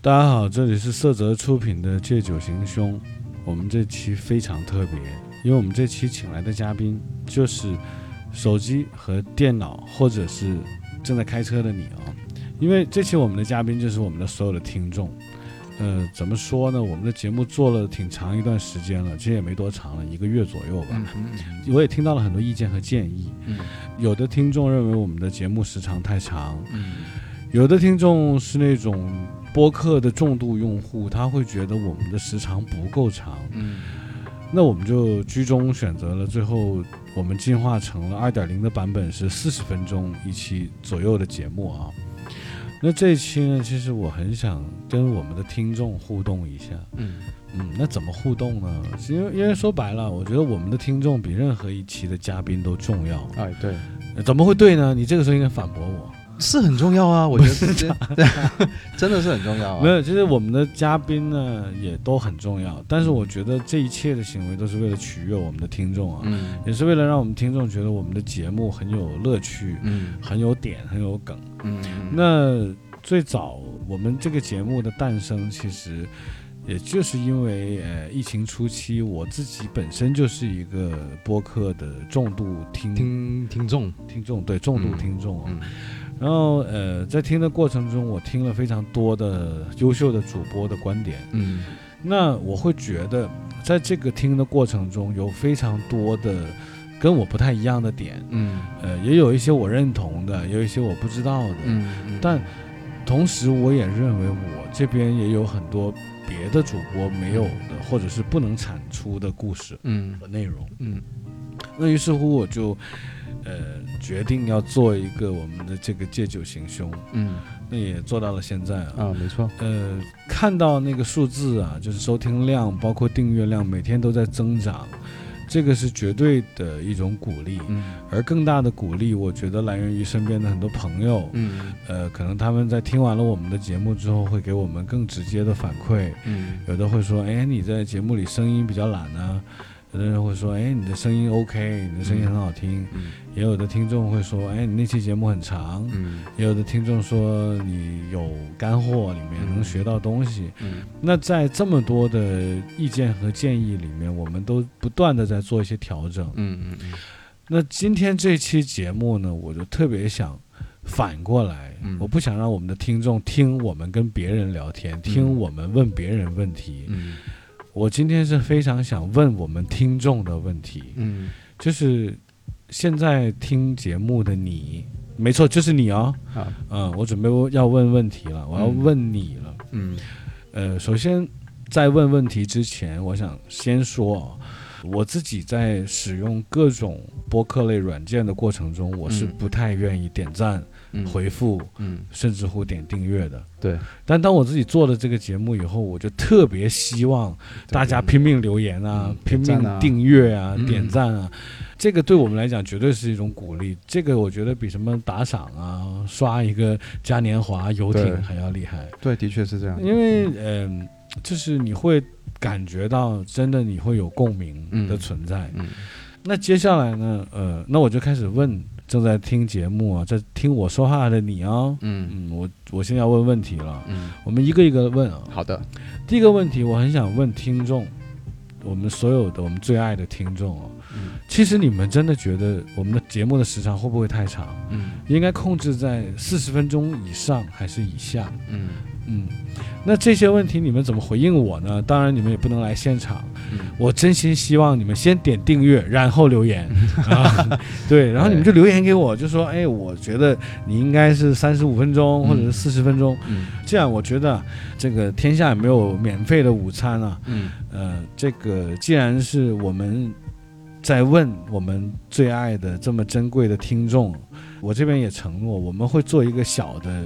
大家好，这里是色泽出品的《借酒行凶》，我们这期非常特别，因为我们这期请来的嘉宾就是手机和电脑，或者是正在开车的你啊、因为这期我们的嘉宾就是我们的所有的听众。呃，怎么说呢？我们的节目做了挺长一段时间了，其实也没多长了，一个月左右吧。嗯我也听到了很多意见和建议，嗯有的听众认为我们的节目时长太长，嗯有的听众是那种播客的重度用户，他会觉得我们的时长不够长，嗯那我们就居中选择了，最后我们进化成了二点零的版本，是四十分钟一期左右的节目啊。那这一期呢，其实我很想跟我们的听众互动一下，嗯嗯，那怎么互动呢？因为因为说白了，我觉得我们的听众比任何一期的嘉宾都重要。哎，对，呃怎么会对呢？你这个时候应该反驳我。是很重要啊，我觉得这真的是很重要啊。没有，就是我们的嘉宾呢也都很重要，但是我觉得这一切的行为都是为了取悦我们的听众啊，嗯也是为了让我们听众觉得我们的节目很有乐趣、嗯很有点、很有梗。嗯，那最早我们这个节目的诞生，其实也就是因为呃疫情初期，我自己本身就是一个播客的重度听听听众，听众，对重度嗯听众啊、嗯然后呃，在听的过程中，我听了非常多的优秀的主播的观点。嗯那我会觉得，在这个听的过程中，有非常多的跟我不太一样的点，嗯呃，也有一些我认同的，也有一些我不知道的。嗯，但同时，我也认为我这边也有很多别的主播没有的，或者是不能产出的故事嗯和内容。嗯那于是乎，我就呃决定要做一个我们的这个借酒行凶。嗯那也做到了现在啊。啊，没错，呃，看到那个数字啊，就是收听量，包括订阅量，每天都在增长，这个是绝对的一种鼓励。嗯而更大的鼓励，我觉得来源于身边的很多朋友，嗯呃，可能他们在听完了我们的节目之后，会给我们更直接的反馈。嗯有的会说，哎，你在节目里声音比较懒啊；有的人会说，哎，你的声音 OK，你的声音很好听；嗯也有的听众会说，哎，你那期节目很长，嗯也有的听众说你有干货，里面能学到东西。嗯那在这么多的意见和建议里面，我们都不断的在做一些调整。嗯那今天这期节目呢，我就特别想反过来，嗯我不想让我们的听众听我们跟别人聊天，听我们问别人问题。嗯我今天是非常想问我们听众的问题，嗯就是现在听节目的你，没错，就是你哦。啊嗯，我准备要问问题了，我要嗯问你了。嗯呃，首先在问问题之前，我想先说啊，我自己在使用各种播客类软件的过程中，我是嗯不太愿意点赞、嗯回复，嗯甚至乎点订阅的。对，但当我自己做了这个节目以后，我就特别希望大家拼命留言啊，嗯拼点赞命啊订阅啊，嗯点赞啊，这个对我们来讲绝对是一种鼓励。这个我觉得比什么打赏啊、刷一个嘉年华游对艇还要厉害，对，的确是这样，因为嗯、就是你会感觉到真的你会有共鸣的嗯存在。嗯那接下来呢，呃，那我就开始问正在听节目啊，在听我说话的你哦。嗯嗯，我我现在要问问题了，嗯，我们一个一个问啊。好的，第一个问题，我很想问听众，我们所有的我们最爱的听众啊，嗯其实你们真的觉得我们的节目的时长会不会太长？嗯应该控制在四十分钟以上还是以下？嗯嗯，那这些问题你们怎么回应我呢？当然你们也不能来现场，嗯我真心希望你们先点订阅，然后留言啊，对，然后你们就留言给我，就说，哎，我觉得你应该是三十五分钟或者是四十分钟，嗯这样我觉得这个天下也没有免费的午餐啊，嗯呃，这个既然是我们在问我们最爱的这么珍贵的听众，我这边也承诺，我们会做一个小的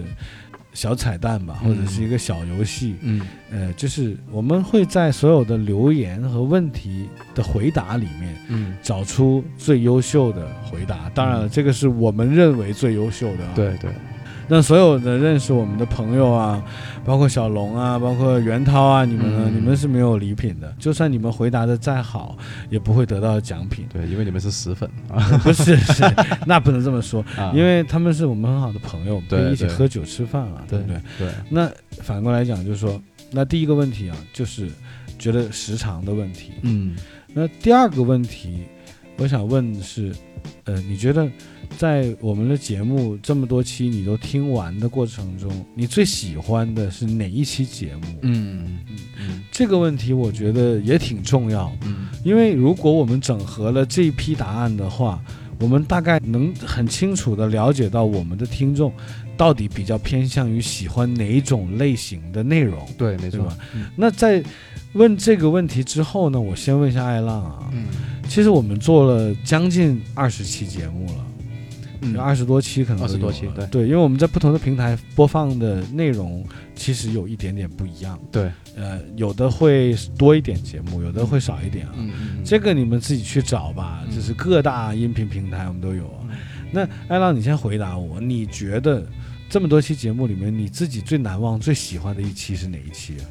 小彩蛋吧，或者是一个小游戏，嗯呃，就是我们会在所有的留言和问题的回答里面嗯，找出最优秀的回答。当然了，这个是我们认为最优秀的、啊。对对，让所有的认识我们的朋友啊，包括小龙啊，包括袁涛啊，你们呢，嗯。你们是没有礼品的。就算你们回答的再好，也不会得到奖品 对，因为你们是死粉啊，不是， 是那不能这么说，啊因为他们是我们很好的朋友，可以对一起对喝酒吃饭啊，对对不对？对，那反过来讲，就是说，那第一个问题啊，就是觉得时长的问题。嗯，那第二个问题，我想问的是，呃，你觉得在我们的节目这么多期你都听完的过程中，你最喜欢的是哪一期节目？嗯嗯这个问题我觉得也挺重要，嗯因为如果我们整合了这一批答案的话，我们大概能很清楚的了解到我们的听众到底比较偏向于喜欢哪一种类型的内容。对，没对错吧，那在问这个问题之后呢，我先问一下艾浪啊，嗯其实我们做了将近二十期节目了，嗯有二十多期可能都有了20多期对对，因为我们在不同的平台播放的内容其实有一点点不一样，对，呃，有的会多一点节目，有的会少一点啊。嗯嗯这个你们自己去找吧，嗯就是各大音频平台我们都有啊。那艾浪，你先回答我，你觉得这么多期节目里面，你自己最难忘、最喜欢的一期是哪一期啊？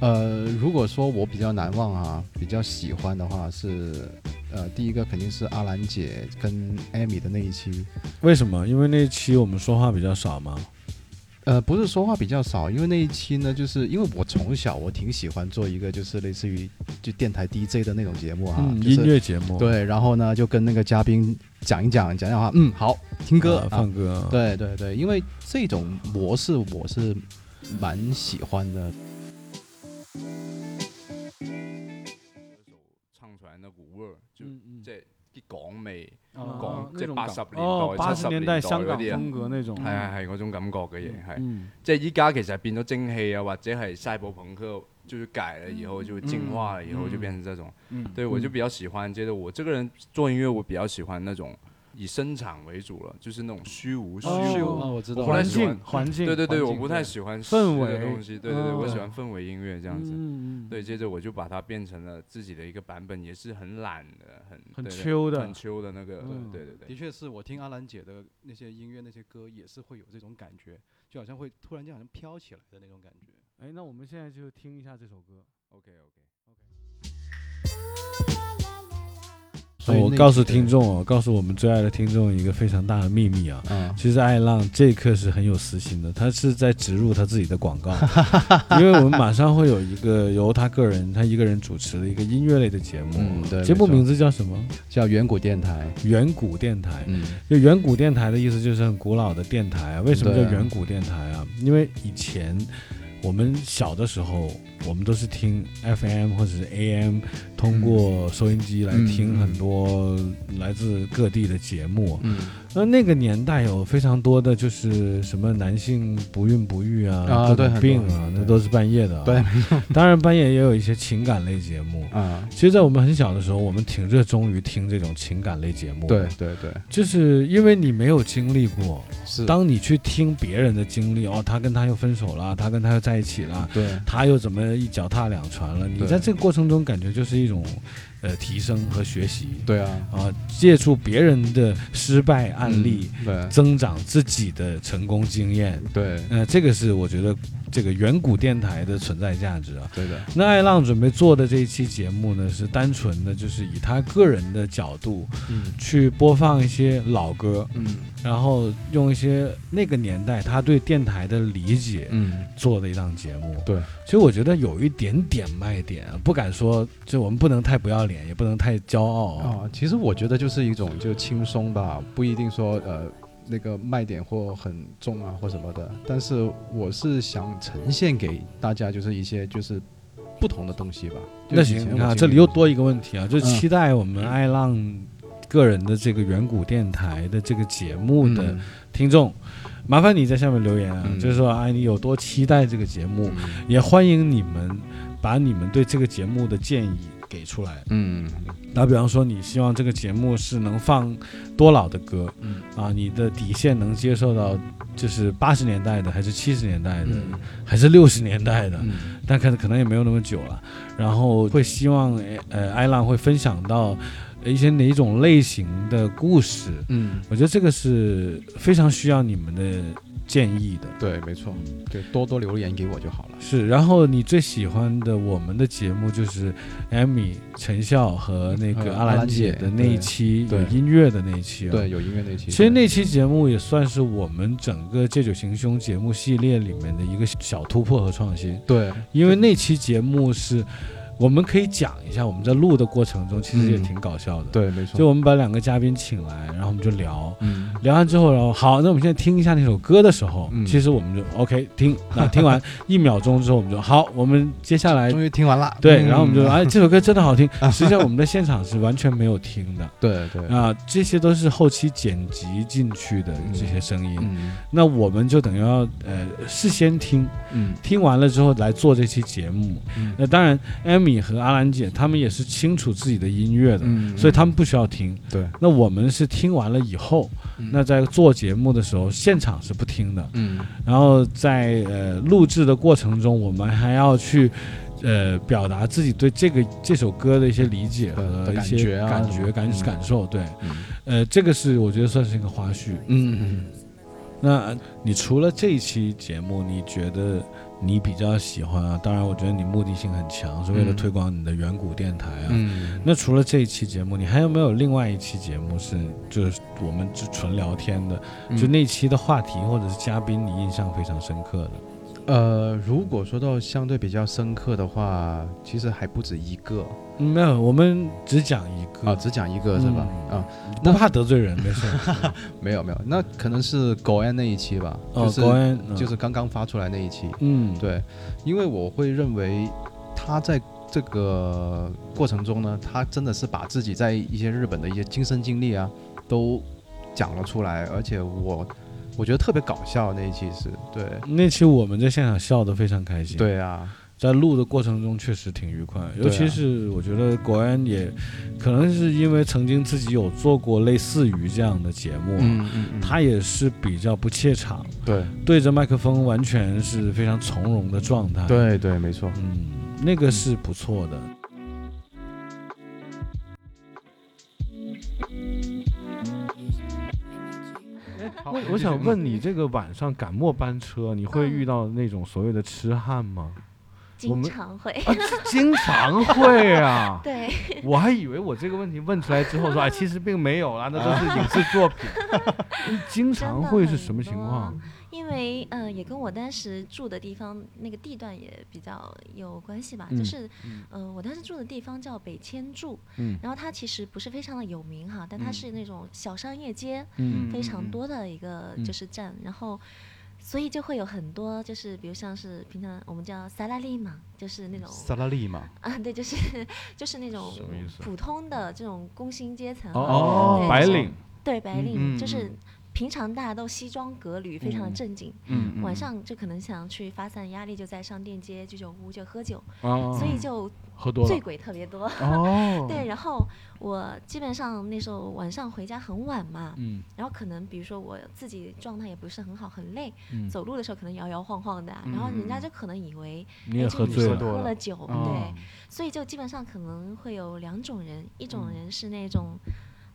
呃，如果说我比较难忘啊，比较喜欢的话是，呃，第一个肯定是阿兰姐跟艾米的那一期，为什么？因为那一期我们说话比较少嘛。呃，不是说话比较少，因为那一期呢，就是因为我从小我挺喜欢做一个就是类似于就电台 DJ 的那种节目啊，嗯，就是音乐节目，对，然后呢就跟那个嘉宾讲一讲，讲讲话，嗯，好，听歌，啊啊放歌啊，对对对，因为这种模式我是蛮喜欢的，唱出来那股味儿，就嗯嗯即係啲港味，哦港那即係種八感十年代、哦，八七十年年代代香嗰港啲啊，風格那種，係係係嗰種感覺嘅嘢，係嗯即係依家其實變咗蒸汽啊，或者係賽博朋克，就是改了以後就進化了以後就變成這種。嗯，对我就比较喜歡，覺得我這個人做音樂，我比較喜歡那種以生產為主了，就是那種虛無哦虛無。啊，我知道我后环来喜欢境环境，对对对，環我境不對太喜氛歡實的圍東西，對對對，我喜哦歡氛圍音樂這樣子。嗯，嗯，对，接着我就把它变成了自己的一个版本，也是很懒的，很很对对 chill 的很秋的那个，嗯对对对的确是我听阿兰姐的那些音乐、那些歌，也是会有这种感觉，就好像会突然间好像飘起来的那种感觉。嗯哎，那我们现在就听一下这首歌。 ，OK OK。所以哦我那告一诉期听众，我告诉我们最爱的听众一个非常大的秘密啊。啊，其实爱浪这一刻是很有私心的，他是在植入他自己的广 告，因为我们马上会有一个由他个人他一个人主持的一个音乐类的节目，嗯对节目没错名字叫什么？叫远古电台，远古电台。嗯，就远古电台的意思就是很古老的电台啊。为什么叫对啊远古电台啊？因为以前我们小的时候，我们都是听 FM 或者是 AM，通过收音机来听很多来自各地的节目。嗯那那个年代有非常多的就是什么男性不孕不育啊，啊各对种很多病啊，那对都是半夜的、啊。对，当然半夜也有一些情感类节目。啊，其实，在我们很小的时候，我们挺热衷于听这种情感类节目。对对对，就是因为你没有经历过，是，当你去听别人的经历，哦，他跟他又分手了，他跟他又在一起了，对他又怎么一脚踏两船了，你对在这个过程中感觉就是一种，呃，提升和学习对啊，啊，借助别人的失败案例，嗯，对增长自己的成功经验。对呃，这个是我觉得这个远古电台的存在价值啊。对的，那爱浪准备做的这一期节目呢，是单纯的就是以他个人的角度嗯去播放一些老歌，嗯然后用一些那个年代他对电台的理解嗯，做的一档节目。对，所以我觉得有一点点卖点，不敢说，就我们不能太不要脸，也不能太骄傲啊。啊，其实我觉得就是一种就轻松吧，不一定说呃。那个卖点或很重啊，或什么的，但是我是想呈现给大家，就是一些就是不同的东西吧。就那以前行，我你看啊经这历里又过多一个问题啊，就嗯期待我们爱浪个人的这个远古电台的这个节目的嗯听众，麻烦你在下面留言啊，嗯就是说哎你有多期待这个节目，嗯也欢迎你们把你们对这个节目的建议给出来。嗯打比方说，你希望这个节目是能放多老的歌，嗯啊，你的底线能接受到就是八十年代的，还是七十年代的，嗯还是六十年代的？嗯但可能可能也没有那么久了。然后会希望呃，艾浪会分享到一些哪一种类型的故事，嗯，我觉得这个是非常需要你们的建议的。对，没错，就多多留言给我就好了。是，然后你最喜欢的我们的节目就是艾米、陈笑和那个呃阿阿兰兰姐姐的那一对期有对音乐的那一期、哦。对，，有音乐那期，其实那期节目也算是我们整个《借酒行凶》节目系列里面的一个小突破和创新，对因为那期节目是我们可以讲一下我们在录的过程中，其实也嗯挺搞笑的。，对，没错，就我们把两个嘉宾请来，然后我们就聊。嗯聊完之后，然后好，那我们现在听一下那首歌的时候，嗯其实我们就 OK 听，那听 完一秒钟之后，我们就好，我们接下来终于听完了，对，嗯然后我们就哎这首歌真的 好听，实际上我们在现场是完全没有听的对对，啊，这些都是后期剪辑进去的这些声音，嗯那我们就等于要呃事先听，嗯听完了之后来做这期节目。嗯那当然，艾米和阿兰姐他们也是清楚自己的音乐的，嗯，所以他们不需要听。对，那我们是听完了以后，嗯那在做节目的时候，现场是不听的。嗯然后在呃录制的过程中，我们还要去呃表达自己对这个这首歌的一些理解对和的一感些觉啊感觉、感嗯感受。对，嗯呃，这个是我觉得算是一个花絮。嗯那你除了这一期节目，你觉得你比较喜欢啊？当然，我觉得你目的性很强，是为了嗯推广你的远古电台啊。嗯，那除了这一期节目，你还有没有另外一期节目是就是我们就纯聊天的？嗯就那期的话题或者是嘉宾，你印象非常深刻的？呃，如果说到相对比较深刻的话，其实还不止一个嗯没有，我们只讲一个，啊，只讲一个是吧？嗯啊，不怕得罪人， 没事。没有没有，那可能是狗安那一期吧，哦，就是高安嗯就是刚刚发出来那一期，嗯，对，因为我会认为他在这个过程中呢，他真的是把自己在一些日本的一些亲身经历啊，都讲了出来，而且我我觉得特别搞笑那一期是，对，那期我们在现场笑得非常开心。对啊，在录的过程中确实挺愉快，对啊尤其是我觉得国安也，可能是因为曾经自己有做过类似于这样的节目，嗯嗯他也是比较不怯场，对对着麦克风完全是非常从容的状态。，对对，没错，嗯，那个是不错的。嗯好我我想问你，这个晚上赶末班车，你会遇到那种所谓的痴汉 吗？我经们常会。！啊，经常会啊 对，我还以为我这个问题问出来之后说，哎，其实并没有啦，那都是影视 作品。经常会是什么情况？因为呃，也跟我当时住的地方那个地段也比较有关系吧。嗯就是嗯呃，我当时住的地方叫北千住，嗯然后它其实不是非常的有名哈，但它嗯是那种小商业街，嗯非常嗯多的一个嗯就是站，然后所以就会有很多就是比如像是平常我们叫萨拉利嘛，就是那种萨拉利嘛，啊对，就是 就是那种什么意思啊普通的这种工薪阶层啊哦对，白就是领，对白嗯领就是嗯平常大家都西装革履，非常的嗯正经，嗯嗯晚上就可能想去发散压力，就在上店街、居酒屋就喝酒，啊，所以就喝多了醉鬼特别多。哦，对，然后我基本上那时候晚上回家很晚嘛，嗯然后可能比如说我自己状态也不是很好，很累，嗯，走路的时候可能摇摇晃晃的嗯啊，然后人家就可能以为你哎也这喝女醉生了，喝了了酒，哦 对，所以就基本上可能会有两种人，一种嗯人是那种，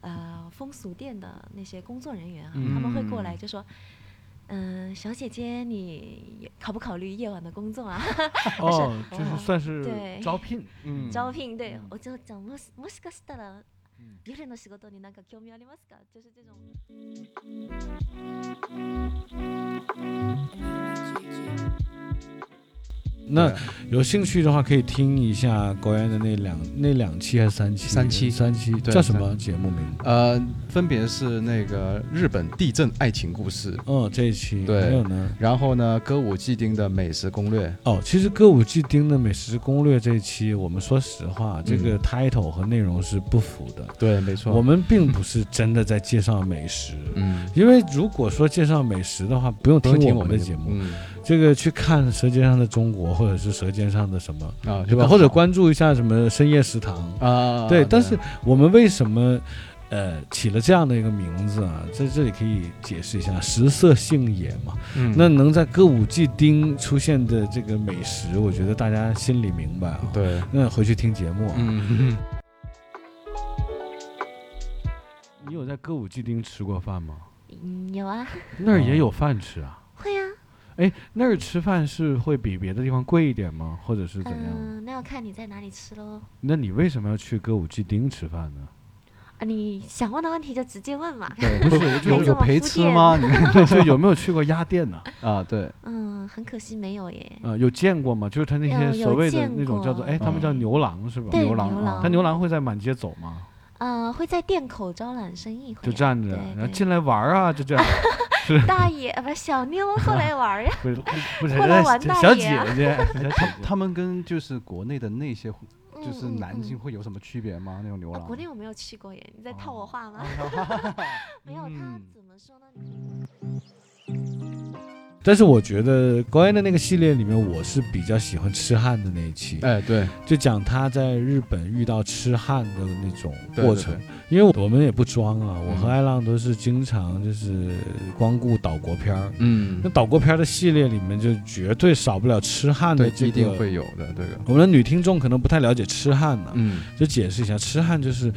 呃，风俗店的那些工作人员啊，嗯他们会过来就说。嗯，小姐姐，你考不考虑夜晚的工作啊？哦，就是哦算是对招聘，嗯，招聘对嗯，我就讲もしもしかしたら夜の仕事になんか興味ありますか？就是这种。那有兴趣的话，可以听一下国安的那两那两期还是三期？三期三期对叫什么节目名？呃，分别是那个日本地震爱情故事，哦，这一期对还有呢。然后呢，歌舞伎町的美食攻略，哦，其实《歌舞伎町的美食攻略》这一期，我们说实话，这嗯个 title 和内容是不符的。对，没错，我们并不是真的在介绍美食，嗯，因为如果说介绍美食的话，不用不用听听我们的节目，嗯这个去看《舌尖上的中国》或者是《舌尖上的什么》，啊，对就吧？更或者好关注一下什么深夜食堂，啊，对，但是我们为什么呃起了这样的一个名字啊？在这里可以解释一下，食色性也嘛。嗯那能在歌舞伎町出现的这个美食，我觉得大家心里明白啊。，对，那回去听节目啊。嗯，你有在歌舞伎町吃过饭吗？嗯，有啊，那儿也有饭吃啊。会啊，哎，那儿吃饭是会比别的地方贵一点吗？或者是怎样？嗯，那要看你在哪里吃喽。那你为什么要去歌舞伎町吃饭呢？ 啊，你想问的问题就直接问嘛。对，不就是有这有么陪敷吃衍吗？你对，就有没有去过鸭店呢、啊，对，嗯，很可惜没有耶。呃，有见过吗？就是他那有些所有谓的见那种叫做过哎，他们叫嗯牛郎是吧？对，牛牛郎啊他牛郎会在满街走吗？呃，会在店口招揽生意，就会啊站着，对然后对进来玩儿啊，就这样，。大爷呃不是小妞过来玩儿呀 不是不是过来玩大小姐爷啊 姐，哎他他们跟就是国内的那些 就是嗯嗯南京嗯会有什么区别吗？那种牛啊郎？国内我没有去过耶，你在套我话吗？哦 没有，他嗯怎么说呢？你但是我觉得国外的那个系列里面，我是比较喜欢痴汉的那一期，哎，对，就讲他在日本遇到痴汉的那种对过对程因对。为我们也不装啊，我和嗯艾浪都是经常就是光顾岛国片儿。嗯那岛国片儿的系列里面，就绝对少不了痴汉的对，这一定个。会有的，这个，我们的女听众可能不太了解痴汉呢、嗯就解释一下，痴汉就是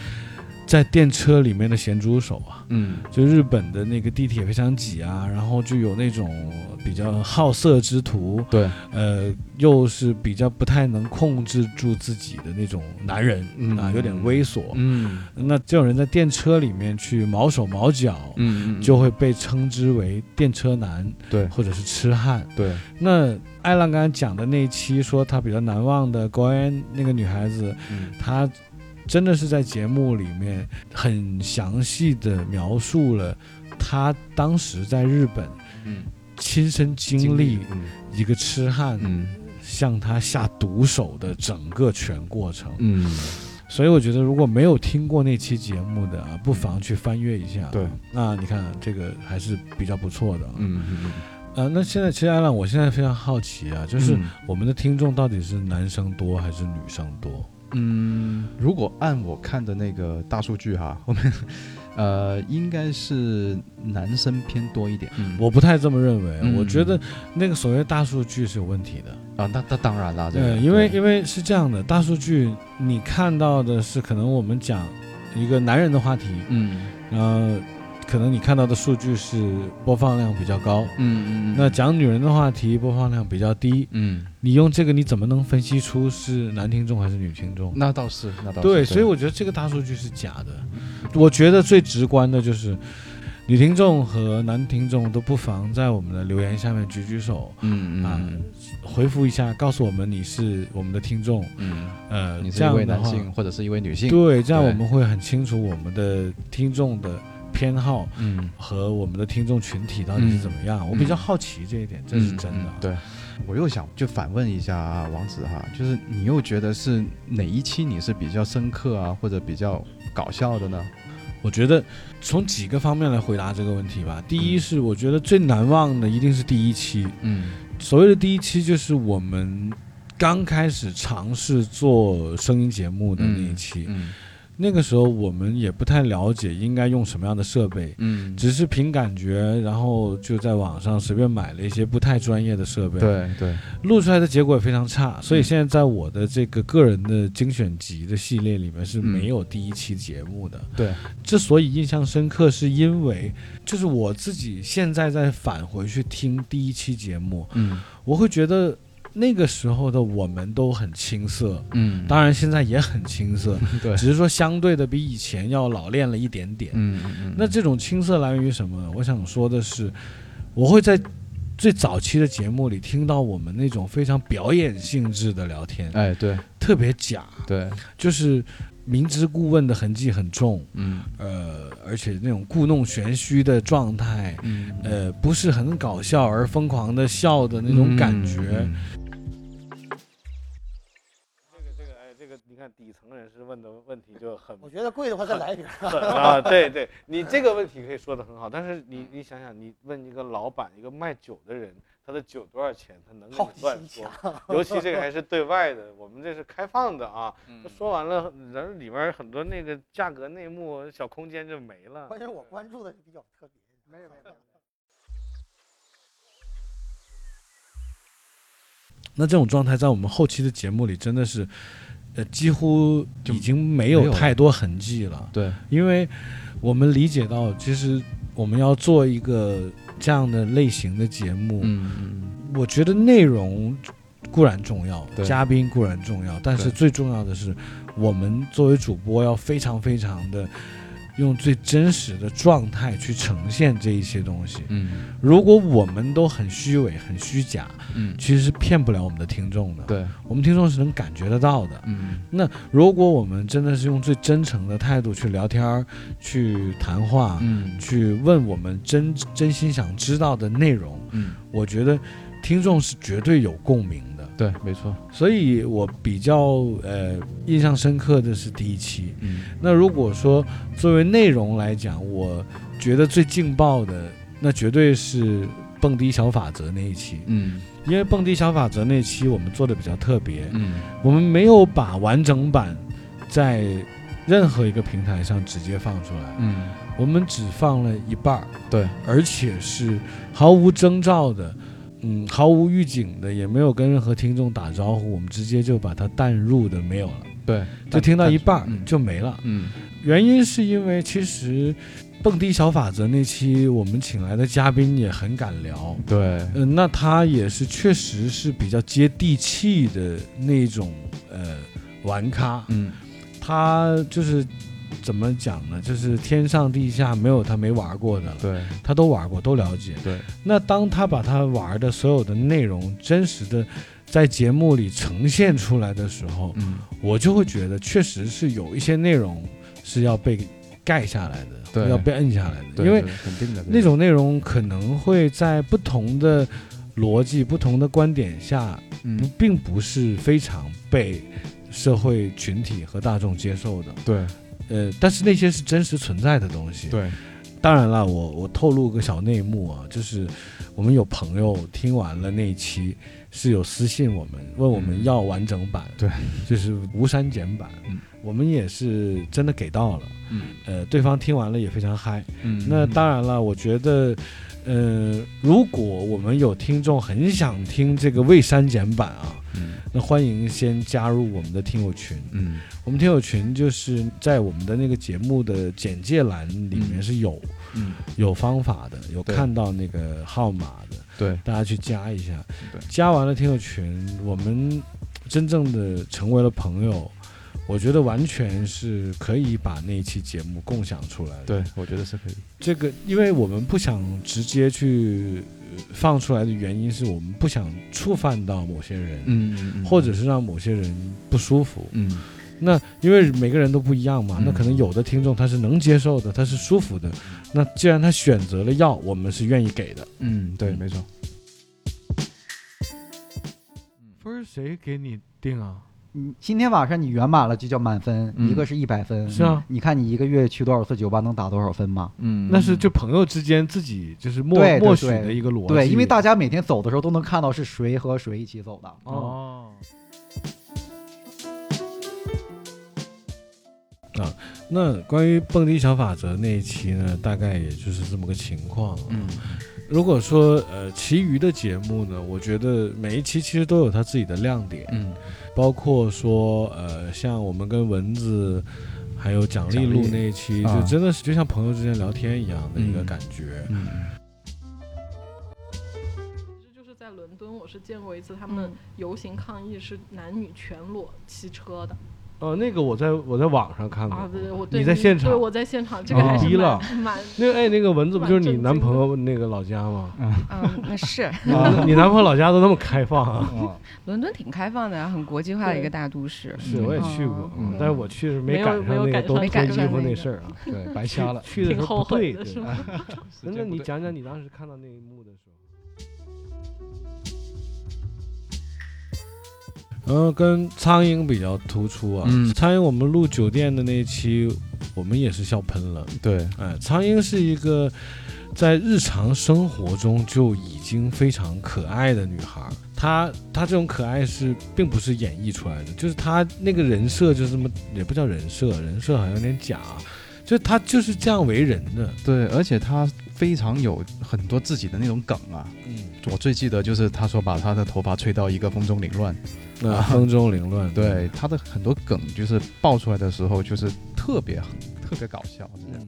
在电车里面的咸猪手啊。嗯就日本的那个地铁非常挤啊，然后就有那种比较好色之徒，对，呃，又是比较不太能控制住自己的那种男人、嗯啊，有点猥琐。嗯那这种人在电车里面去毛手毛脚，嗯就会被称之为电车男对或者是痴汉。对，那艾浪刚才讲的那一期说他比较难忘的高安那个女孩子，嗯他真的是在节目里面很详细的描述了他当时在日本嗯，亲身经历嗯一个痴汉嗯向他下毒手的整个全过程。嗯，所以我觉得，如果没有听过那期节目的啊，不妨去翻阅一下。对，那你看这个还是比较不错的啊。嗯嗯，呃，那现在其实艾浪，我现在非常好奇啊，就就是我们的听众到底是男生多还是女生多？嗯，如果按我看的那个大数据哈，我们呃应该是男生偏多一点。嗯我不太这么认为，啊嗯我觉得那个所谓大数据是有问题的。啊，那那当然啦，这个对，因为对因为是这样的，大数据你看到的是可能我们讲一个男人的话题，嗯然后可能你看到的数据是播放量比较高。嗯嗯那讲女人的话题播放量比较低，嗯，你用这个你怎么能分析出是男听众还是女听众？那倒是那倒是对，所以我觉得这个大数据是假的。我觉得最直观的就是，女听众和男听众都不妨在我们的留言下面举举手，嗯啊嗯回复一下，告诉我们你是我们的听众，嗯，呃，你是这一样位的男话，性或者是一位女性，对，这样对我们会很清楚我们的听众的偏好嗯，和我们的听众群体到底是怎么样。我比较好奇这一点，这是真的啊嗯。嗯对，我又想就反问一下啊王子哈，就是你又觉得是哪一期你是比较深刻啊，或者比较搞笑的呢？我觉得从几个方面来回答这个问题吧。第一是我觉得最难忘的一定是第一期，嗯所谓的第一期就是我们刚开始尝试做声音节目的那一期，嗯那个时候我们也不太了解应该用什么样的设备，嗯，只是凭感觉，然后就在网上随便买了一些不太专业的设备，对对，录出来的结果也非常差。所以嗯现在在我的这个个人的精选集的系列里面嗯是没有第一期节目的。对，之所以印象深刻，是因为就是我自己现在在返回去听第一期节目，嗯我会觉得那个时候的我们都很青涩，嗯，当然现在也很青涩，对，只是说相对的比以前要老练了一点点。嗯嗯，那这种青涩来源于什么呢？我想说的是，我会在最早期的节目里听到我们那种非常表演性质的聊天，哎对特别假，对，就是明知故问的痕迹很重，嗯呃，而且那种故弄玄虚的状态，嗯呃，不是很搞笑而疯狂的笑的那嗯种感觉。这个这个哎，这个你看底层人士问的问题就很我觉得贵的话再来一瓶。狠啊！对对，你这个问题可以说的很好，但是你你想想，你问一个老板，一个卖酒的人，他的酒多少钱，他能给 好你乱奇说心吗？尤其这个还是对外的，我们这是开放的啊。他说完了，然后里面很多那个价格内幕小空间就没了。关键是我关注的比较特别。没有没有没有。那这种状态在我们后期的节目里真的是，呃，几乎就已经没没有有了太多痕迹了。对，因为我们理解到，其实我们要做一个这样的类型的节目，嗯嗯，我觉得内容固然重要，对嘉宾固然重要，但是对最重要的是，我们作为主播要非常非常的用最真实的状态去呈现这一些东西。嗯如果我们都很虚伪、很虚假，嗯，其实是骗不了我们的听众的。对，我们听众是能感觉得到的。嗯如果我们真的是用最真诚的态度去聊天儿、去谈话、嗯去问我们真真心想知道的内容，嗯，我觉得听众是绝对有共鸣的。对，没错，所以我比较呃印象深刻的是第一期。嗯那如果说作为内容来讲，我觉得最劲爆的，那绝对是蹦迪小法则那一期，嗯因为蹦迪小法则那期我们做的比较特别，嗯我们没有把完整版在任何一个平台上直接放出来，嗯，我们只放了一半儿，对，而且是毫无征兆的，嗯，毫无预警的，也没有跟任何听众打招呼，我们直接就把它淡入的没有了，对，就听到一半儿嗯就没了。嗯原因是因为其实蹦迪小法则那期我们请来的嘉宾也很敢聊，对，嗯、那他也是确实是比较接地气的那种呃玩咖，嗯他就是怎么讲呢？就是天上地下没有他没玩过的了，对他都玩过，都了解。对，那当他把他玩的所有的内容真实的在节目里呈现出来的时候，嗯我就会觉得确实是有一些内容是要被盖下来的，对要被摁下来的，对，因为对肯定的那种内容可能会在不同的逻辑、不同的观点下，不嗯并不是非常被社会群体和大众接受的。对呃，但是那些是真实存在的东西。，对当然了，我我透露个小内幕啊，就是我们有朋友听完了那一期，是有私信我们问我们嗯要完整版，对，就是无删减版，嗯我们也是真的给到了，嗯呃，对方听完了也非常嗨。嗯那当然了，我觉得，呃，如果我们有听众很想听这个未删减版啊，嗯那欢迎先加入我们的听友群。嗯我们听友群就是在我们的那个节目的简介栏里面嗯是有、嗯有方法的，有对看到那个号码的，对大家去加一下对。加完了听友群，我们真正的成为了朋友。我觉得完全是可以把那一期节目共享出来的。对，我觉得是可以，这个，因为我们不想直接去呃放出来的原因是我们不想触犯到某些人，嗯或者是让某些人不舒服。嗯那因为每个人都不一样嘛，嗯那可能有的听众他是能接受的，他是舒服的。那既然他选择了要，我们是愿意给的。嗯对，没错，分儿谁给你定啊？你今天晚上你圆满了就叫满分，嗯一个是一百分。是啊，你看你一个月去多少次酒吧能打多少分吗？嗯那是就朋友之间自己就是默对对默许对的一个逻辑。对，因为大家每天走的时候都能看到是谁和谁一起走的。哦，那关于蹦迪小法则那一期呢，大概也就是这么个情况啊、嗯如果说呃，其余的节目呢，我觉得每一期其实都有它自己的亮点。嗯包括说呃，像我们跟蚊子还有蒋丽露那一期，啊就真的是就像朋友之间聊天一样的一个嗯感觉。嗯就是在伦敦，我是见过一次他们嗯游行抗议是男女全裸骑车的、哦，那个我在我在网上嗯看啊！过。对，我对你在现场哦对，我在现场，这个还是逼蛮、了蛮那个哎，那个蚊子不就是你蛮震惊的男朋友那个老家 吗？啊嗯，那是你 你男朋友老家都那么开放啊？哦伦敦挺开放的，很国际化的一个大都市。是我也去过嗯但是我去是哦没有赶上没有那个赶都脱上那个衣服那事 儿啊，对，白瞎了， 去的时挺候后不对悔的对啊是。吗？那 那你讲讲你当时看到那一幕的时候。然后嗯跟苍蝇比较突出啊，嗯苍蝇我们录酒店的那一期，我们也是笑喷了。对，哎，苍蝇是一个在日常生活中就已经非常可爱的女孩儿，她她这种可爱是并不是演绎出来的，就是她那个人设就是这么，也不叫人设，人设好像有点假啊，就是她就是这样为人的。对，而且他非常有很多自己的那种梗啊。嗯，我最记得就是他说把他的头发吹到一个风中凌乱，那啊风中凌乱，对他的很多梗就是爆出来的时候就是特别特别搞笑，嗯真的。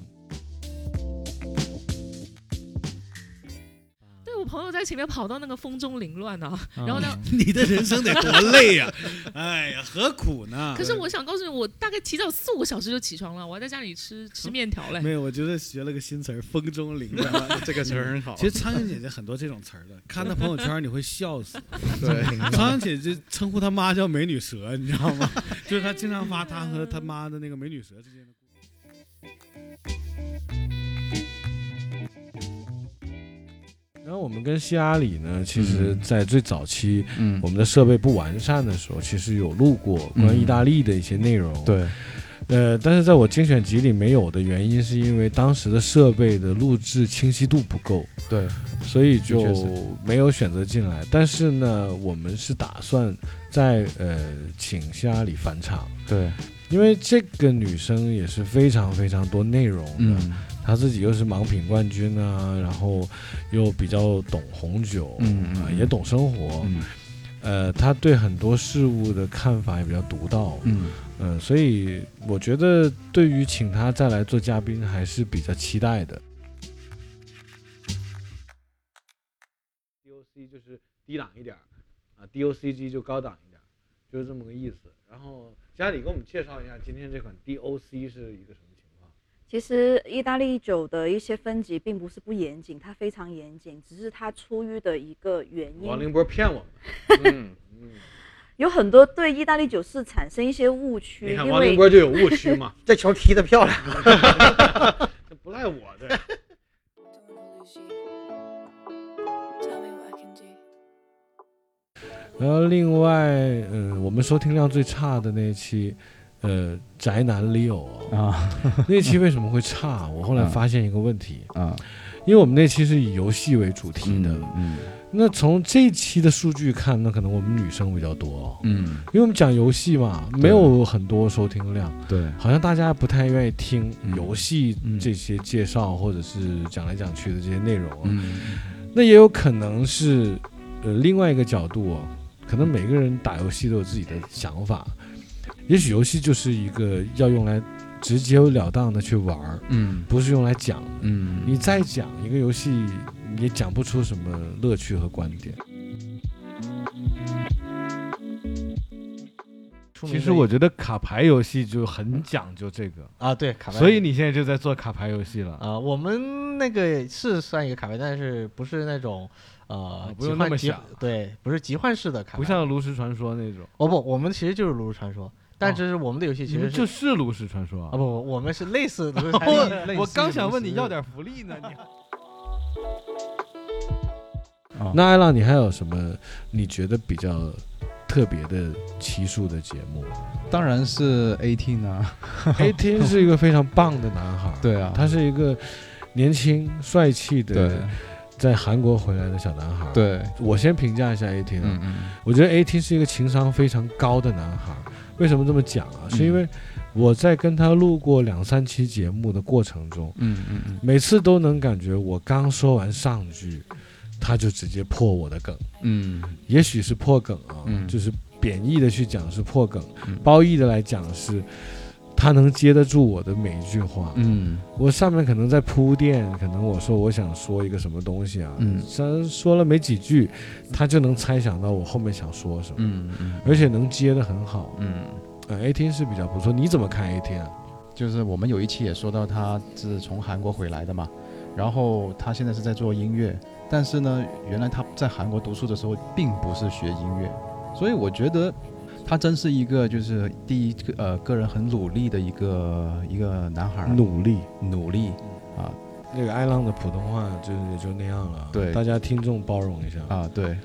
对我朋友在前面跑到那个风中凌乱啊，嗯然后呢，你的人生得多累呀、哎呀，何苦呢？可是 我想告诉你，我大概提早四五个小时就起床了，我还在家里吃吃面条哎嘞。没有，我觉得学了个新词儿“风中凌乱”，这个词儿很好其实苍蝇姐姐很多这种词儿的，看她朋友圈你会笑死。对 苍蝇姐姐称呼她妈叫美女蛇，你知道吗？ 就是她经常发她和她妈的那个美女蛇之间的故事。然后我们跟希拉里呢，其实，在最早期，嗯我们的设备不完善的时候，其实有录过关于意大利的一些内容。嗯对，呃，但是在我精选集里没有的原因，是因为当时的设备的录制清晰度不够，对，所以的确就是没有选择进来。但是呢，我们是打算在呃请希拉里返场，对，因为这个女生也是非常非常多内容的，嗯她自己又是盲品冠军啊，然后又比较懂红酒，嗯啊、嗯也懂生活，嗯呃，她对很多事物的看法也比较独到，嗯呃所以我觉得对于请她再来做嘉宾还是比较期待的。 DOC 就是低档一点儿啊，DOCG 就高档一点儿，就是这么个意思。然后家里给我们介绍一下今天这款 DOC 是一个什么情况？其实意大利酒的一些分级并不是不严谨，它非常严谨，只是它出于的一个原因。王凌波骗我们，嗯嗯，有很多对意大利酒是产生一些误区，你看因王凌为波就有误区 嘛，这球踢得漂亮，这不赖我的。 然后另外，呃，我们收听量最差的那一期，呃，宅男 Leo 啊， 嗯那期为什么会差？我后来发现一个问题啊，因为我们那期是以游戏为主题的，嗯，那从这期的数据看，那可能我们女生比较多哦，嗯，因为我们讲游戏嘛，没有很多收听量，对，好像大家不太愿意听嗯游戏这些介绍，或者是讲来讲去的这些内嗯容啊。那也有可能是，呃，另外一个角度哦，可能每个人打游戏都有自己的想法，也许游戏就是一个要用来直截了当的去玩儿，嗯，不是用来讲的，嗯，你再讲一个游戏也讲不出什么乐趣和观点。其 实我觉得卡牌游戏就很讲究这个啊对卡牌所以你现在就在做卡牌游戏了啊，我们那个是算一个卡牌，但是不是那种呃，啊不用集那换么集想对，不是集换式的卡牌，不像炉石传说那种。哦不，我们其实就是炉石传说，但只是我们的游戏哦你其实们是就是炉石传说啊不，不，我们是类 似炉石传说类似 于我我刚想问你炉石要点福利呢，你啊那艾浪，你还有什么你觉得比较特别的期数的节目？ 当然是 AT 啊 AT 是一个非常棒的男孩，对啊他是一个年轻帅气对的，在韩国回来的小男孩。对，我先评价一下 AT 啊，嗯嗯我觉得 AT 是一个情商非常高的男孩。为什么这么讲啊？是嗯因为我在跟他录过两三期节目的过程中，嗯嗯嗯每次都能感觉我刚说完上句，他就直接破我的梗。嗯，也许是破梗啊，嗯就是贬义的去讲是破梗，褒义的来讲是，他能接得住我的每一句话。嗯，我上面可能在铺垫，可能我说我想说一个什么东西啊，嗯虽然说了没几句，他就能猜想到我后面想说什么，嗯嗯而且能接得很好。嗯，呃，A T 是比较不错，你怎么看 A T 啊？就是我们有一期也说到他是从韩国回来的嘛，然后他现在是在做音乐，但是呢，原来他在韩国读书的时候并不是学音乐，所以我觉得他真是一个就是第一个呃个人很努力的一个一个男孩儿，努力努力啊，那个艾浪的普通话就也就那样了，对大家听众包容一下啊，对，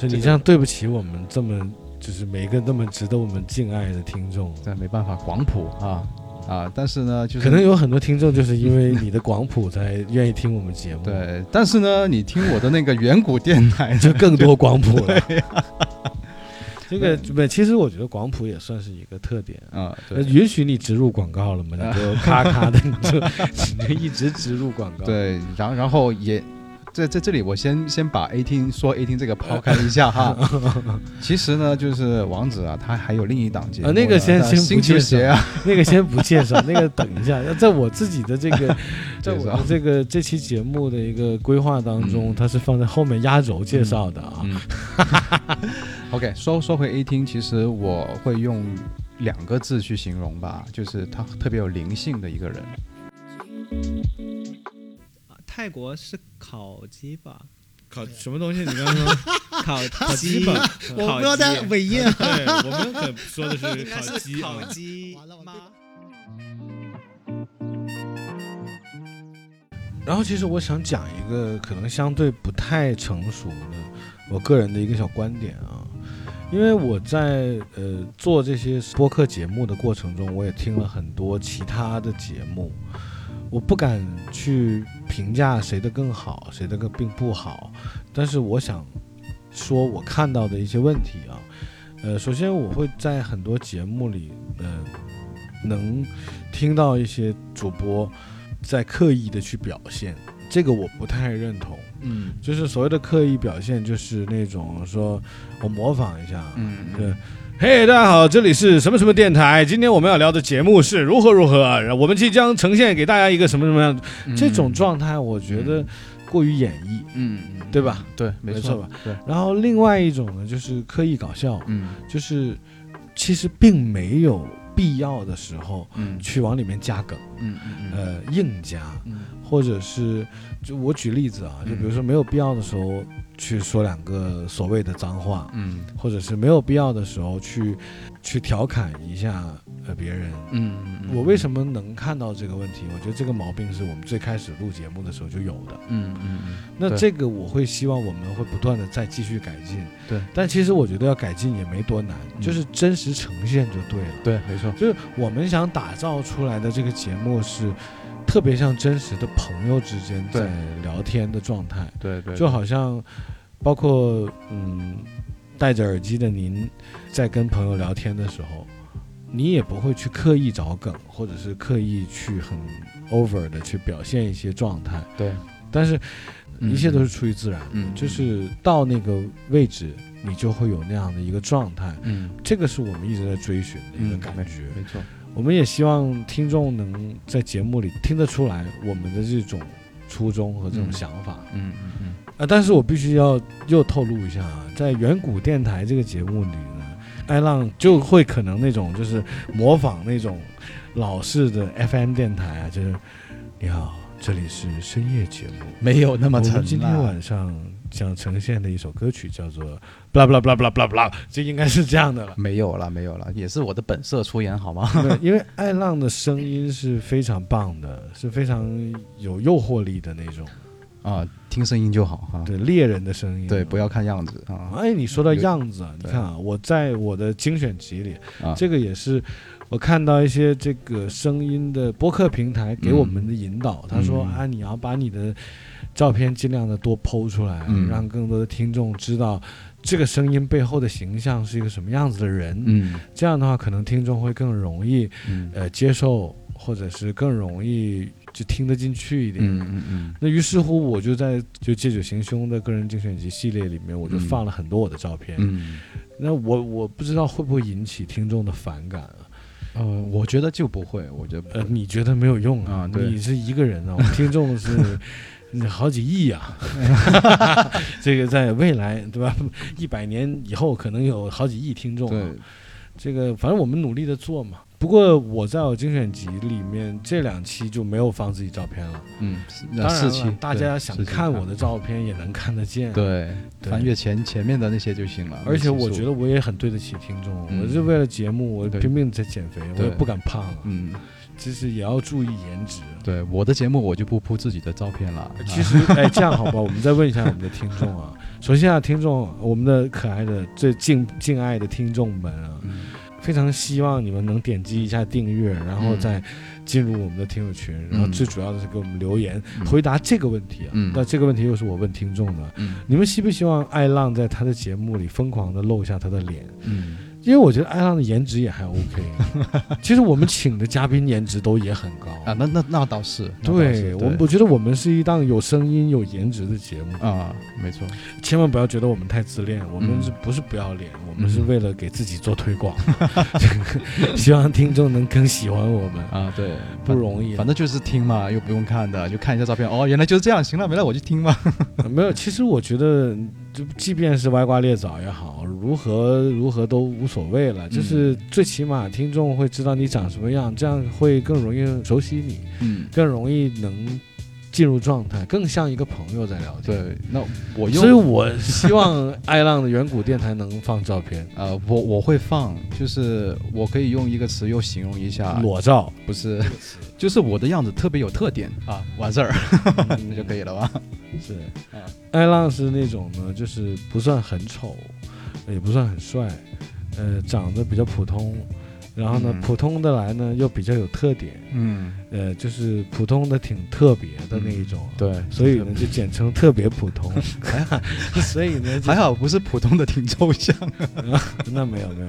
是你这样对不起我们这么就是每一个那么值得我们敬爱的听众，但没办法，广普啊啊，但是呢，就可是 能有很多听众就是因为你的广普才愿意听我们节目，对，但是呢，你听我的那个远古电台就更多广谱了对呀、这个不，其实我觉得广普也算是一个特点啊，呃允许你植入广告了嘛，你就咔咔的，你 就你就一直植入广告。对，然后然后也在在这里，我先先把 A 听说 A 听这个抛开一下 哈。其实呢，就是王子啊，他还有另一档节目啊，呢，那个先但先星不球介绍鞋啊，， 那个先不介绍，那个等 一下，在我自己的这个，在我的这个这期节目的一个规划当嗯中，它是放在后面压轴介绍的啊。 OK，说说回 A 听，其实我会用两个字去形容吧，就是他特别有灵性的一个人。泰国是烤鸡吧？烤什么东西？你刚刚说 烤烤鸡吧？我烤不要鸡再尾音对，我们可说的是 应该是烤鸡。烤嗯鸡吗？然后其实我想讲一个可能相对不太成熟的我个人的一个小观点啊，因为我在呃做这些播客节目的过程中，我也听了很多其他的节目，我不敢去评价谁的更好，谁的更并不好，但是我想说我看到的一些问题啊，呃，首先我会在很多节目里，呃，能听到一些主播在刻意的去表现，这个我不太认同。嗯，就是所谓的刻意表现，就是那种说我模仿一下，嗯，对。嘿、大家好，这里是什么什么电台。今天我们要聊的节目是如何如何，啊我们即将呈现给大家一个什么什么样、嗯这种状态，我觉得过于演绎，嗯，对吧？对，没错吧？对。然后另外一种呢，就是刻意搞笑，嗯，就是其实并没有必要的时候，嗯去往里面加梗，嗯嗯呃，硬加，嗯或者是就我举例子啊，就比如说没有必要的时候去说两个所谓的脏话，嗯，或者是没有必要的时候去去调侃一下呃别人，嗯我为什么能看到这个问题？我觉得这个毛病是我们最开始录节目的时候就有的，嗯嗯嗯那对这个我会希望我们会不断的再继续改进，对嗯但其实我觉得要改进也没多难，就是真实呈现就对了。对，没错。就是我们想打造出来的这个节目是特别像真实的朋友之间在聊天的状态。对对就好像包括嗯，戴着耳机的您在跟朋友聊天的时候，你也不会去刻意找梗，或者是刻意去很 over 的去表现一些状态。对，但是嗯一切都是出于自然，嗯就是到那个位置，你就会有那样的一个状态。嗯，这个是我们一直在追寻的一个嗯感觉。没错。我们也希望听众能在节目里听得出来我们的这种初衷和这种嗯想法。嗯嗯嗯，啊，但是我必须要又透露一下啊，在远古电台这个节目里呢，艾浪就会可能那种就是模仿那种老式的 FM 电台啊，就是你好，这里是深夜节目，没有那么我沉们啦今天晚上想呈现的一首歌曲叫做“blah blah blah blah blah blah”，这应该是这样 的了。没有了，没有了，也是我的本色出演，好吗？对，因为艾浪的声音是非常棒的，是非常有诱惑力的那种。啊， 听声音就好哈。对，猎人的声音。对，不要看样子啊。哎，你说到有样子，啊，你对看啊，我在我的精选集里，啊这个也是我看到一些这个声音的播客平台给我们的引导，他说嗯啊，你要把你的照片尽量的多剖出来，嗯让更多的听众知道这个声音背后的形象是一个什么样子的人。嗯，这样的话，可能听众会更容易、嗯呃接受，或者是更容易呃就听得进去一点。嗯嗯嗯那于是乎，我就在就借酒行凶的个人精选集系列里面，我就嗯放了很多我的照片。嗯，那我我不知道会不会引起听众的反感啊？呃，我觉得就不会，我觉得呃，你觉得没有用啊啊？对你是一个人啊，我们听众是 嗯好几亿啊。 这个在未来对吧？一百年以后可能有好几亿听众、啊。对，这个反正我们努力的做嘛。不过我在我精选集里面这两期就没有放自己照片了。嗯，当然四了期，大对家想四期看我的照片也能看得见。对，对翻阅前前面的那些就行了。而且我得。觉得我也很对得起听众，嗯我是为了节目，我对拼命在减肥，我对也不敢胖啊。嗯，就是也要注意颜值。对我的节目我就不铺自己的照片了。啊其 实，哎，这样好吧，我们再问一下我们的听众 啊。首先啊，听众，我们的可爱的、最敬敬嗯爱的听众们啊，非常希望你们能点击一下订阅，然后在进入我们的听友群，然后嗯最主要的是给我们留言、嗯回答这个问题啊。嗯那这个问题又是我问听众的，嗯你们希不希望艾浪在他的节目里疯狂的露一下他的脸？嗯，因为我觉得艾浪的颜值也还 OK，其实我们请的嘉宾颜值都也很高啊，那那那倒是，那倒是对我们，我觉得我们是一档有声音、有颜值的节目啊，没错。千万不要觉得我们太自恋，我们嗯是不是不要脸？我们是嗯为了给自己做推广， 希望听众能更喜欢我们啊，对，不容易。啊反正就是听嘛，又不用看的，就看一下照片。哦，原来就是这样，行了，没了我就听吧。呃没有，其实我觉得，就即便是歪瓜裂枣也好，如何如何都无所谓了。就是嗯最起码听众会知道你长什么样，这样会更容易熟悉你，嗯，更容易能进入状态，更像一个朋友在聊天。 对，那我又所以我希望爱浪的远古电台能放照片。呃，我我会放，就是我可以用一个词又形容一下裸 照，不是，就是我的样子特别有特点啊，完事儿，嗯那就可以了吧？是，艾啊浪是那种呢，就是不算很丑，也不算很帅，呃，长得比较普通，然后呢，嗯普通的来呢又比较有特点，嗯，呃，就是普通的挺特别的那一种，嗯对，所以呢就简称特别普 通，所以呢还好不是普通的，挺抽象。那没有没有，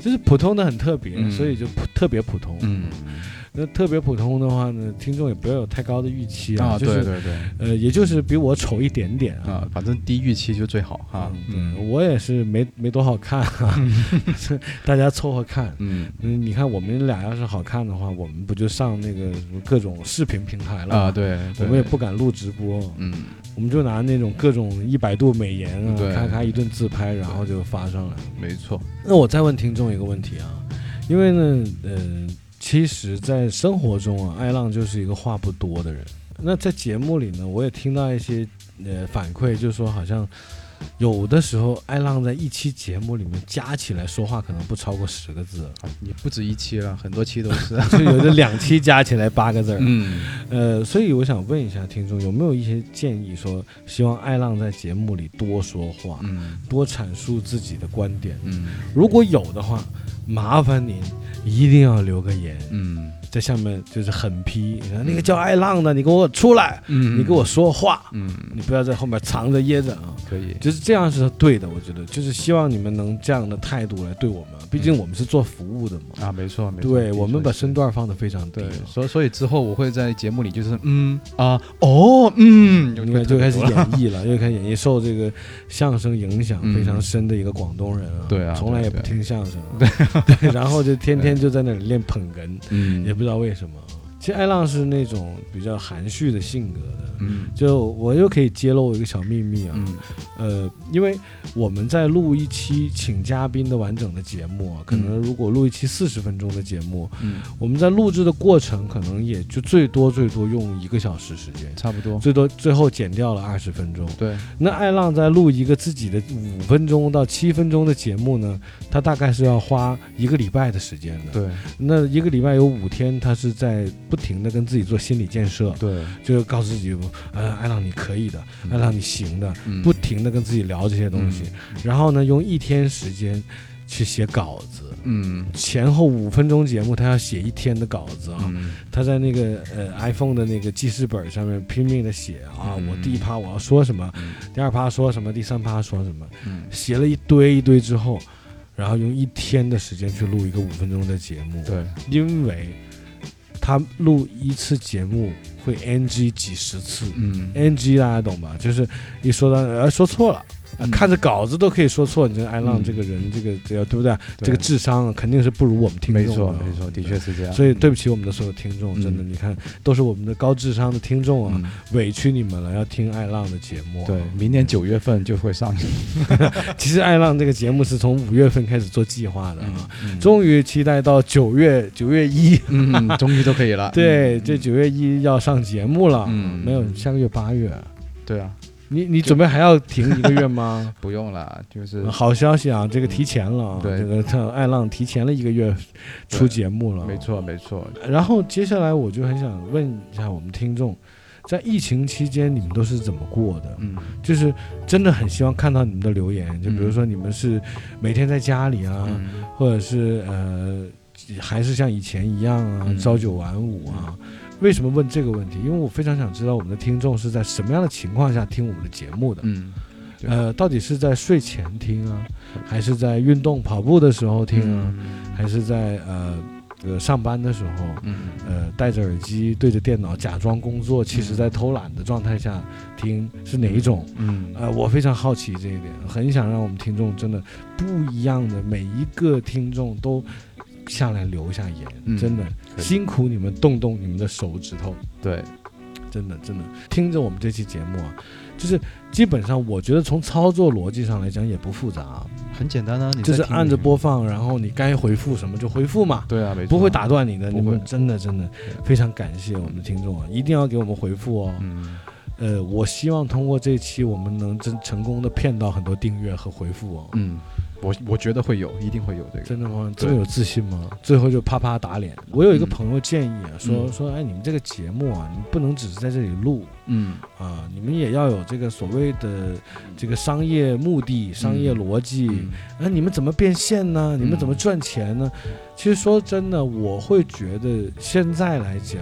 就是普通的很特别，嗯所以就普特别普通，嗯。那特别普通的话呢，听众也不要有太高的预期啊就是对对对呃，也就是比我丑一点点啊，啊，反正低预期就最好哈。嗯，我也是没没多好看、啊， 大家凑合看。嗯你看我们俩要是好看的话，我们不就上那个什么各种视频平台了吗啊对对我们也不敢录直播，嗯，我们就拿那种各种一百度美颜啊，对咔咔一顿自拍，然后就发上来。没错。那我再问听众一个问题啊，因为呢，呃，其实，在生活中啊，艾浪就是一个话不多的人。那在节目里呢，我也听到一些呃反馈，就是说好像有的时候艾浪在一期节目里面加起来说话可能不超过十个字，，也不止一期了，很多期都是就有的两期加起来八个字儿。嗯， 呃，所以我想问一下听众，有没有一些建议说，希望艾浪在节目里多说话，嗯，多阐述自己的观点，嗯，如果有的话，麻烦您一定要留个言，嗯，在下面就是狠批，你看那个叫艾浪的，你给我出来，嗯你给我说话，嗯，你不要在后面藏着掖着啊，可以，就是这样是对的，我觉得，就是希望你们能这样的态度来对我们，毕竟我们是做服务的嘛，啊，没错没错，对的我们确把是身段放得非常哦低对，，所所以之后我会在节目里就是嗯啊哦嗯，应该就开始演绎了，又开始演绎，受这个相声影响嗯非常深的一个广东人啊，对啊从来对也不对听相声 啊，对，然后就天天就在那里练捧哏，嗯也不知道为什么。其实艾浪是那种比较含蓄的性格的，嗯就我又可以揭露一个小秘密啊，呃，因为我们在录一期请嘉宾的完整的节目啊，可能如果录一期四十分钟的节目，嗯我们在录制的过程可能也就最多最多用一个小时时间，差不多最多最后减掉了二十分钟。对，那艾浪在录一个自己的五分钟到七分钟的节目呢，他大概是要花一个礼拜的时间的。对，那一个礼拜有五天，他是在不停的跟自己做心理建设。对，就是告诉自己，呃，艾浪你可以的，嗯艾浪你行的，嗯不停的跟自己聊这些东西，然后呢，用一天时间去写稿子。嗯前后五分钟节目，他要写一天的稿子啊，嗯他在那个呃 iPhone 的那个记事本上面拼命的写啊，嗯我第一趴我要说什么，第二趴说什么，第三趴说什么，嗯写了一堆一堆之后，然后用一天的时间去录一个五分钟的节目，对，因为他录一次节目会 NG 几十次，嗯，NG 大家懂吧？就是一说到呃说错了。呃看着稿子都可以说错，你这艾浪嗯这个人，这个这个对不对？对这个智商肯定是不如我们听众没错的没错，的确是这样，所以对不起我们的所有听众，嗯真的，你看都是我们的高智商的听众啊，委屈你们了，要听艾浪的节目。对，明年九月份就会上映，其实艾浪这个节目是从五月份开始做计划的啊，嗯终于期待到九月九月一，嗯，终于都可以了，对，这九月一要上节目了，嗯没有下个月八月，对啊，你你准备还要停一个月 吗？不用了，就是好消息啊，这个提前了啊，嗯对这个像艾浪提前了一个月出节目了，没错没错，然后接下来我就很想问一下我们听众，在疫情期间你们都是怎么过的？嗯，就是真的很希望看到你们嗯嗯的留言，就比如说你们是每天在家里啊，或者是呃。还是像以前一样啊，朝九晚五啊？为什么问这个问题？因为我非常想知道我们的听众是在什么样的情况下听我们的节目的。嗯，呃，到底是在睡前听啊，还是在运动跑步的时候听嗯啊，还是在呃呃上班的时候，嗯呃戴着耳机对着电脑假装工作，其实在偷懒的状态下听是哪一种？嗯呃，我非常好奇这一点，很想让我们听众真的不一样的每一个听众都下来留下言，嗯真的可以辛苦你们动动你们的手指头。对，真的真的听着我们这期节目啊，就是基本上我觉得从操作逻辑上来讲也不复杂啊、很简单啊，你就是在听按着播放，然后你该回复什么就回复嘛。对啊，没错，不会打断你的，不你们会真的真的非常感谢我们的听众啊，一定要给我们回复哦。嗯呃，我希望通过这期我们能真成功的骗到很多订阅和回复哦。嗯，我我觉得会有，一定会有这个。真的吗？这对么有自信吗？最后就啪啪打脸。我有一个朋友建议啊，说嗯说，哎，你们这个节目啊，你不能只是在这里录，嗯啊，你们也要有这个所谓的这个商业目的、商业逻辑。嗯那、你们怎么变现呢？你们怎么赚钱呢？嗯其实说真的，我会觉得现在来讲，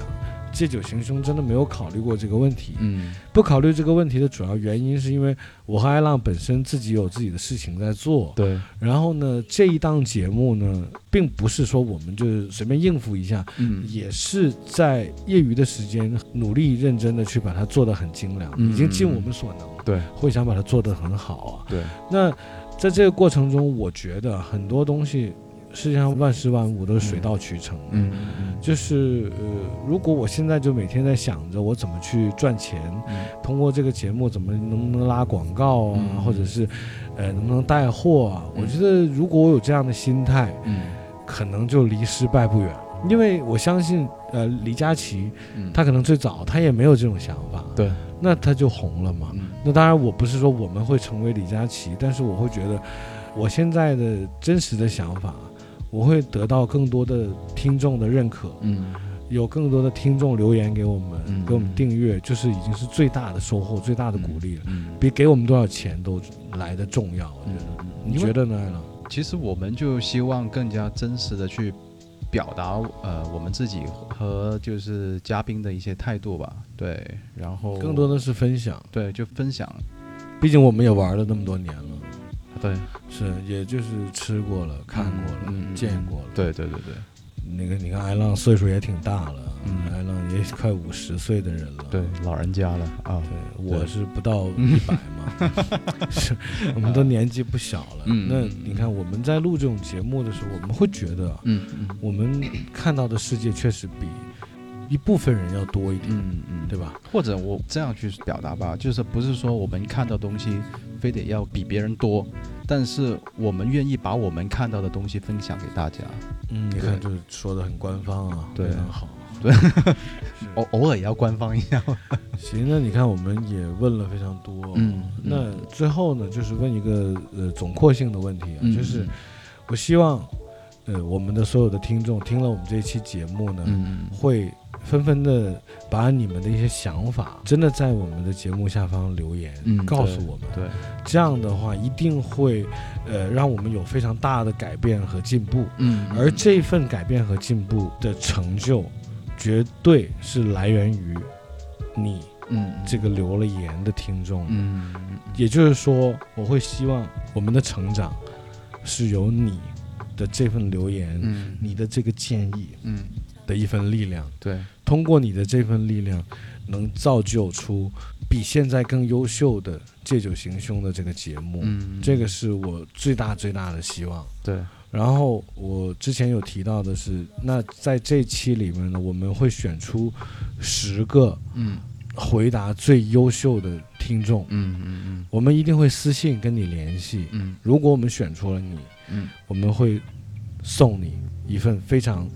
借酒行凶真的没有考虑过这个问题。嗯，不考虑这个问题的主要原因，是因为我和艾浪本身自己有自己的事情在做。对。然后呢，这一档节目呢，并不是说我们就是随便应付一下，嗯也是在业余的时间努力认真的去把它做得很精良，嗯已经尽我们所能了。对会想把它做得很好啊。对，那在这个过程中，我觉得很多东西，世界上万事万物都是水到渠成的。嗯就是呃，如果我现在就每天在想着我怎么去赚钱，嗯通过这个节目怎么能不能拉广告啊，或者是呃能不能带货啊，我觉得如果我有这样的心态，嗯可能就离失败不远。因为我相信，呃，李佳琦，嗯他可能最早他也没有这种想法，对，那他就红了嘛。嗯那当然，我不是说我们会成为李佳琦，但是我会觉得，我现在的真实的想法，我会得到更多的听众的认可，嗯，有更多的听众留言给我们，给我们订阅，就是已经是最大的收获，最大的鼓励了，比给我们多少钱都来的重要。嗯我觉得，你觉得呢？艾朗？其实我们就希望更加真实的去表达呃我们自己和就是嘉宾的一些态度吧，对，然后更多的是分享，对，就分享，毕竟我们也玩了那么多年了，对，是，也就是吃过了、看过了、嗯见过了，对对对对。那个，你看艾浪岁数也挺大了，艾浪也快五十岁的人了，嗯对，老人家了啊，对，我是不到一百嘛， 是，我们都年纪不小了。嗯那你看我们在录这种节目的时候，我们会觉得，啊嗯，我们看到的世界确实比一部分人要多一点，嗯嗯，对吧？或者我这样去表达吧，就是不是说我们看到东西非得要比别人多，但是我们愿意把我们看到的东西分享给大家。嗯，你看，就是说的很官方啊，对非常好。对，偶偶尔也要官方一下。行，那你看我们也问了非常多，嗯嗯那最后呢，就是问一个呃总括性的问题啊，嗯就是我希望呃我们的所有的听众听了我们这一期节目呢，嗯会纷纷的把你们的一些想法，真的在我们的节目下方留言，嗯告诉我们。对，这样的话一定会呃让我们有非常大的改变和进步。嗯而这份改变和进步的成就，绝对是来源于你，嗯，这个留了言的听众，嗯，也就是说，我会希望我们的成长是由你的这份留言，嗯你的这个建议，嗯，的一份力量，对，通过你的这份力量，能造就出比现在更优秀的《借酒行凶》的这个节目，嗯这个是我最大最大的希望。对，然后我之前有提到的是，那在这期里面呢，我们会选出十个嗯回答最优秀的听众，嗯嗯嗯，我们一定会私信跟你联系，嗯，如果我们选出了你，嗯，我们会送你一份非常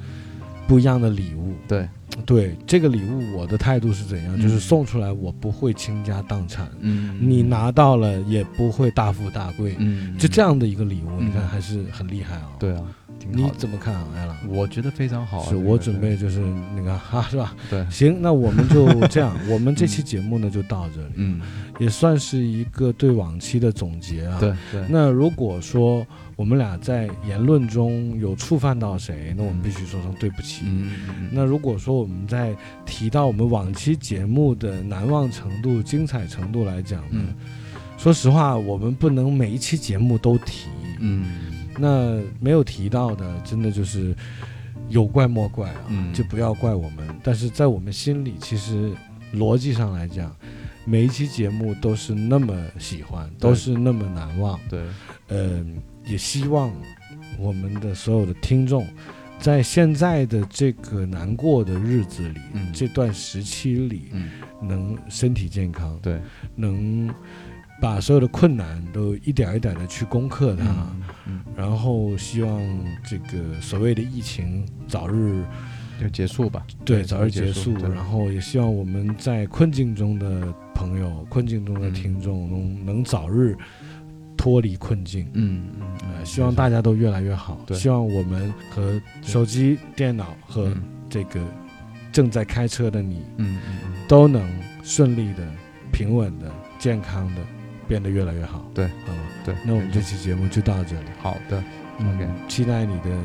不一样的礼物，对，对，这个礼物我的态度是怎样？嗯就是送出来我不会倾家荡产，嗯你拿到了也不会大富大贵，嗯就这样的一个礼物，嗯你看还是很厉害啊、对啊，挺你好的。怎么看啊，艾拉？我觉得非常好啊是这我个准备就是那个哈，是吧？对行，那我们就这 样，我们这期节目呢就到这里，嗯，也算是一个对往期的总结啊。对对那如果说我们俩在言论中有触犯到谁，那我们必须说声对不起。嗯那如果说我们在提到我们往期节目的难忘程度、精彩程度来讲呢，嗯说实话，我们不能每一期节目都提。嗯，那没有提到的，真的就是有怪莫怪啊，嗯就不要怪我们。但是在我们心里，其实逻辑上来讲，每一期节目都是那么喜欢，都是那么难忘。对，嗯、也希望我们的所有的听众。在现在的这个难过的日子里，这段时期里，嗯能身体健康，对，能把所有的困难都一点儿一点的去攻克它，嗯然后希望这个所谓的疫情早日嗯就结束吧，对，对早日结结束。束对然后也希望我们在困境中的朋友、困境中的听众能、能早日脱离困境。嗯嗯、呃，希望大家都越来越好。对希望我们和手机、电脑和这个正在开车的你，嗯都能顺利的、平稳的、健康的变得越来越好。对，好吗？对那我没们错这期节目就到这里。好的嗯 OK 期待你的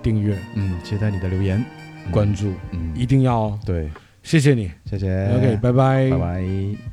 订阅，嗯，期待你的留言、关注，嗯，一定要哦。对，谢谢你，谢谢。哎 OK，拜拜，拜拜。